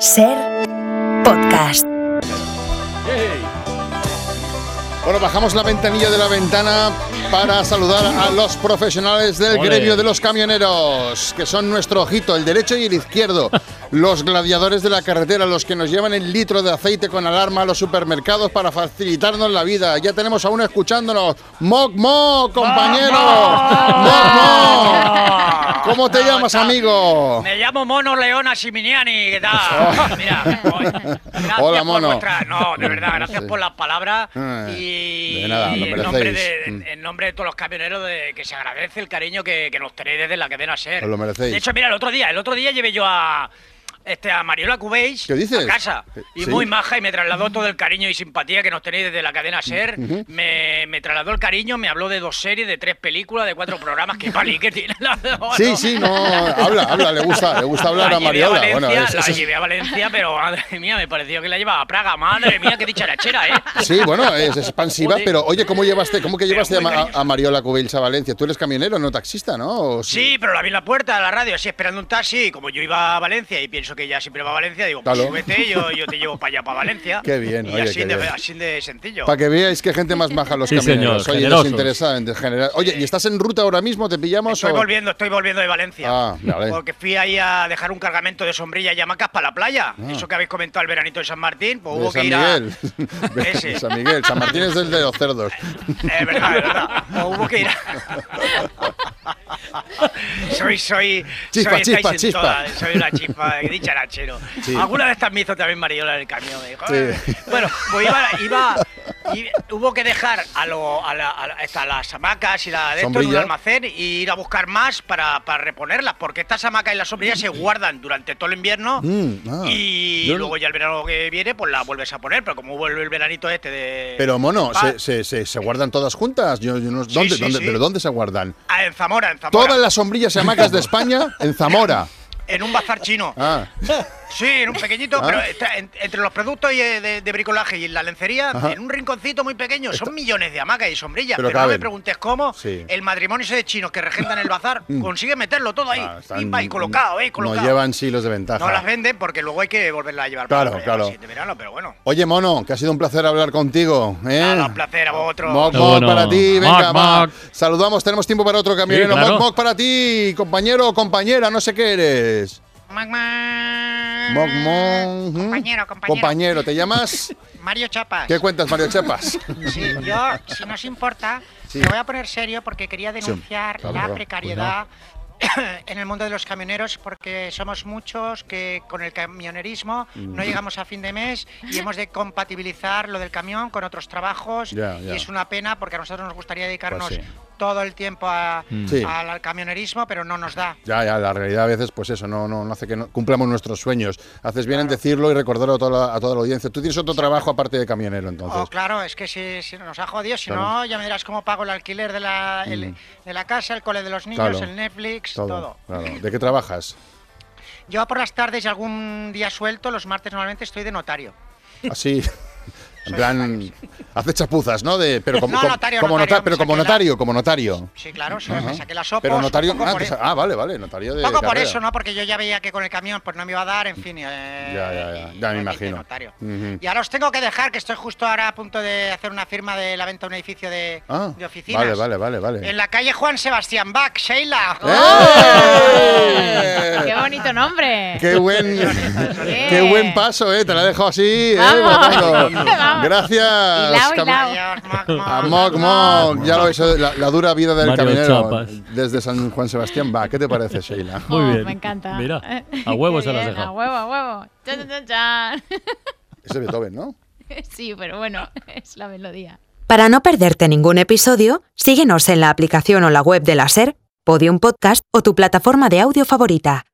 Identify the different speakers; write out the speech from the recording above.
Speaker 1: Ser podcast.
Speaker 2: Bueno, bajamos la ventanilla de la ventana para saludar a los profesionales del
Speaker 3: Ole.
Speaker 2: gremio de los camioneros, que son nuestro ojito, el derecho y el izquierdo, los gladiadores de la carretera, los que nos llevan el litro de aceite con alarma a los supermercados para facilitarnos la vida. Ya tenemos a uno escuchándonos. ¡Moc, moc, compañero! ¡Moc, moc! ¿Cómo te llamas, amigo?
Speaker 4: Me llamo Mono Leona Siminiani, ¿qué tal? Mira, hoy- gracias
Speaker 2: Oh. Hola,
Speaker 4: por
Speaker 2: Mono.
Speaker 4: vuestra- no, de verdad, gracias
Speaker 2: Sí.
Speaker 4: por las palabras
Speaker 2: Eh,
Speaker 4: y,
Speaker 2: de nada, lo
Speaker 4: y en, nombre
Speaker 2: merecéis.
Speaker 4: de, en-
Speaker 2: Mm.
Speaker 4: en nombre de todos los camioneros de, que se agradece el cariño que, que nos tenéis desde la cadena SER.
Speaker 2: Os lo merecéis.
Speaker 4: De hecho, mira, el otro día, el otro día llevé yo a... Este, a Mariola Cubéis
Speaker 2: ¿Qué dices?
Speaker 4: a casa
Speaker 2: Eh,
Speaker 4: y
Speaker 2: sí.
Speaker 4: muy maja y me trasladó todo el cariño y simpatía que nos tenéis desde la cadena SER me, me trasladó el cariño me habló de dos series de tres películas de cuatro programas que pali que tiene la
Speaker 2: Sí, sí, no, habla, habla, le gusta, le gusta hablar
Speaker 4: la
Speaker 2: a
Speaker 4: llevé
Speaker 2: Mariola.
Speaker 4: Valencia,
Speaker 2: Bueno, es-
Speaker 4: la
Speaker 2: es-
Speaker 4: llevé a Valencia, pero madre mía, me pareció que la llevaba a Praga. Madre mía, qué dicharachera, ¿eh?
Speaker 2: Sí, bueno, es expansiva,
Speaker 4: Joder.
Speaker 2: pero oye, ¿cómo llevaste, cómo que
Speaker 4: Pero
Speaker 2: llevaste a,
Speaker 4: muy
Speaker 2: Ma-
Speaker 4: cariñosa.
Speaker 2: a Mariola Cubils a Valencia? Tú eres camionero, no taxista, ¿no? ¿O
Speaker 4: Sí, pero la vi en la puerta de la radio, así esperando un taxi. Y como yo iba a Valencia y pienso que ella siempre va a Valencia, digo, pues
Speaker 2: Claro.
Speaker 4: súbete, yo, yo te llevo para allá, para Valencia.
Speaker 2: Qué bien,
Speaker 4: y
Speaker 2: oye,
Speaker 4: así,
Speaker 2: qué
Speaker 4: de,
Speaker 2: bien.
Speaker 4: así de sencillo.
Speaker 2: Para que veáis qué gente más maja los
Speaker 3: Sí, señor,
Speaker 2: camioneros. oye,
Speaker 3: generosos.
Speaker 2: desinteresantes, general. Oye, ¿y estás en ruta ahora mismo? ¿Te pillamos?
Speaker 4: Estoy
Speaker 2: o-
Speaker 4: volviendo, estoy volviendo de Valencia.
Speaker 2: Ah, vale.
Speaker 4: Porque fui ahí a dejar un cargamento de sombrillas y hamacas para la playa. Eso que habéis comentado el veranito de San Martín, pues
Speaker 2: Ah. de
Speaker 4: hubo
Speaker 2: San
Speaker 4: que ir a.
Speaker 2: Miguel. De
Speaker 4: Ese.
Speaker 2: San Miguel. San Martín es del de los cerdos.
Speaker 4: Es verdad, es verdad. O hubo que ir a- soy, soy.
Speaker 2: Chispa,
Speaker 4: soy, estáis
Speaker 2: chispa,
Speaker 4: en
Speaker 2: chispa.
Speaker 4: todas. Soy una chispa, dicharachero.
Speaker 2: Sí.
Speaker 4: Alguna vez también hizo también Mariola en el camión. eh. Joder.
Speaker 2: Sí.
Speaker 4: Bueno, pues iba. iba- y hubo que dejar a, lo- a la- a la- esta- las hamacas y la de esto en un
Speaker 2: Sombrilla.
Speaker 4: almacén y ir a buscar más para, para reponerlas, porque estas hamacas y las sombrillas se guardan durante todo el invierno
Speaker 2: Mm, ah.
Speaker 4: y
Speaker 2: Yo no-
Speaker 4: luego ya el verano que viene, pues las vuelves a poner. Pero como vuelve el veranito este de.
Speaker 2: Pero mono,
Speaker 4: Ah,
Speaker 2: se, se- se- se guardan todas juntas. Yo, yo no- ¿dónde,
Speaker 4: sí,
Speaker 2: dónde-
Speaker 4: sí.
Speaker 2: ¿Pero dónde se guardan?
Speaker 4: Ah, en Zamora, en Zamora.
Speaker 2: Todas las sombrillas y hamacas de España en Zamora.
Speaker 4: En un bazar chino.
Speaker 2: Ah,
Speaker 4: Sí, en un pequeñito,
Speaker 2: Ah.
Speaker 4: pero está en- entre los productos y, eh, de, de bricolaje y en la lencería,
Speaker 2: Ajá.
Speaker 4: en un rinconcito muy pequeño, son millones de hamacas y sombrillas.
Speaker 2: Pero
Speaker 4: Pero, no me
Speaker 2: caben.
Speaker 4: preguntes cómo
Speaker 2: Sí. Mm.
Speaker 4: el matrimonio ese de chinos que regentan el bazar consigue meterlo todo ahí.
Speaker 2: ah, están-
Speaker 4: pimba, y colocado, eh, colocado.
Speaker 2: Nos llevan siglos de ventaja.
Speaker 4: No las venden porque luego hay que volverlas a llevar
Speaker 2: Claro,
Speaker 4: para
Speaker 2: claro.
Speaker 4: el siguiente verano, pero bueno.
Speaker 2: Oye, mono, que ha sido un placer hablar contigo. ¿eh?
Speaker 4: Nada, un placer a vosotros.
Speaker 2: Moc,
Speaker 3: Qué
Speaker 2: moc
Speaker 3: bueno.
Speaker 2: para ti, venga,
Speaker 3: Moc,
Speaker 2: va.
Speaker 3: moc.
Speaker 2: Saludamos, tenemos tiempo para otro camionero.
Speaker 3: Sí, claro.
Speaker 2: Moc, moc para ti, compañero o compañera, no sé qué eres.
Speaker 4: Mac, mac.
Speaker 2: Moc, moc. ¿hmm?
Speaker 4: Mm, Compañero, compañero.
Speaker 2: Compañero, ¿te llamas?
Speaker 4: Mario Chapas.
Speaker 2: ¿Qué cuentas, Mario Chapas?
Speaker 4: Sí, yo, si no os importa,
Speaker 2: Sí.
Speaker 4: me voy a poner serio porque quería denunciar
Speaker 2: Claro,
Speaker 4: la
Speaker 2: claro.
Speaker 4: precariedad en el mundo de los camioneros porque somos muchos que con el camionerismo
Speaker 2: Mm.
Speaker 4: no llegamos a fin de mes y hemos de compatibilizar lo del camión con otros trabajos
Speaker 2: Ya, ya. Pues
Speaker 4: y es una pena porque a nosotros nos gustaría dedicarnos
Speaker 2: sí. Mm.
Speaker 4: todo el tiempo a-
Speaker 2: Sí.
Speaker 4: al camionerismo pero no nos da.
Speaker 2: Ya, ya, la realidad a veces, pues eso, no, no, no hace que no- cumplamos nuestros sueños. Haces bien en decirlo y recordarlo a toda, la, a toda la audiencia. Tú tienes otro trabajo aparte de camionero, entonces.
Speaker 4: Oh, claro, es que si, si nos ha jodido, si
Speaker 2: Claro. Mm.
Speaker 4: no, ya me dirás cómo pago el alquiler de la, el- de la casa, el cole de los niños,
Speaker 2: Claro.
Speaker 4: el Netflix,
Speaker 2: Todo,
Speaker 4: todo.
Speaker 2: claro. ¿De qué trabajas?
Speaker 4: Yo por las tardes y algún día suelto, los martes normalmente estoy de notario.
Speaker 2: Así. En
Speaker 4: Soy
Speaker 2: plan, hace chapuzas, ¿no? De, pero como,
Speaker 4: No,
Speaker 2: como-
Speaker 4: notario,
Speaker 2: como
Speaker 4: notario,
Speaker 2: nota- pero
Speaker 4: me
Speaker 2: como
Speaker 4: saqué la-
Speaker 2: notario, como notario.
Speaker 4: Sí, claro, sí, me saqué las opos.
Speaker 2: Pero notario.
Speaker 4: un poco
Speaker 2: Ah,
Speaker 4: por,
Speaker 2: te
Speaker 4: e-
Speaker 2: sa- ah, vale, vale, notario de.
Speaker 4: un poco por
Speaker 2: carrera.
Speaker 4: eso, ¿no? Porque yo ya veía que con el camión pues no me iba a dar, en fin. eh,
Speaker 2: Ya, ya, ya,
Speaker 4: y-
Speaker 2: ya me
Speaker 4: y- y-
Speaker 2: imagino.
Speaker 4: notario.
Speaker 2: Ujú.
Speaker 4: Y ahora os tengo que dejar, que estoy justo ahora a punto de hacer una firma de la venta de un edificio de,
Speaker 2: Ah,
Speaker 4: de oficinas.
Speaker 2: Vale, vale, vale, vale.
Speaker 4: En la calle Juan Sebastián Bach, Sheila.
Speaker 2: ¡Eh!
Speaker 5: ¡Qué bonito nombre!
Speaker 2: Qué buen, qué buen paso, eh. Te la dejo así, eh,
Speaker 5: Vamos.
Speaker 2: botando.
Speaker 5: Vamos.
Speaker 2: Gracias.
Speaker 5: Hilao,
Speaker 2: cam-
Speaker 5: hilao.
Speaker 4: Adiós, Moc, Moc.
Speaker 2: A Moc Moc, ya lo veis, la, la dura vida del
Speaker 3: Mario
Speaker 2: camionero
Speaker 3: Chapas.
Speaker 2: desde San Juan Sebastián va. ¿Qué te parece, Sheila?
Speaker 3: Muy
Speaker 5: Oh,
Speaker 3: bien.
Speaker 5: Me encanta.
Speaker 3: Mira, a
Speaker 5: Qué
Speaker 3: huevo se las
Speaker 5: bien,
Speaker 3: deja.
Speaker 5: A huevo, a huevo. Chan, chan, chan, chan.
Speaker 2: Ese es Beethoven, ¿no?
Speaker 5: Sí, pero bueno, es la melodía.
Speaker 1: Para no perderte ningún episodio, síguenos en la aplicación o la web de la Ser, Podium Podcast o tu plataforma de audio favorita.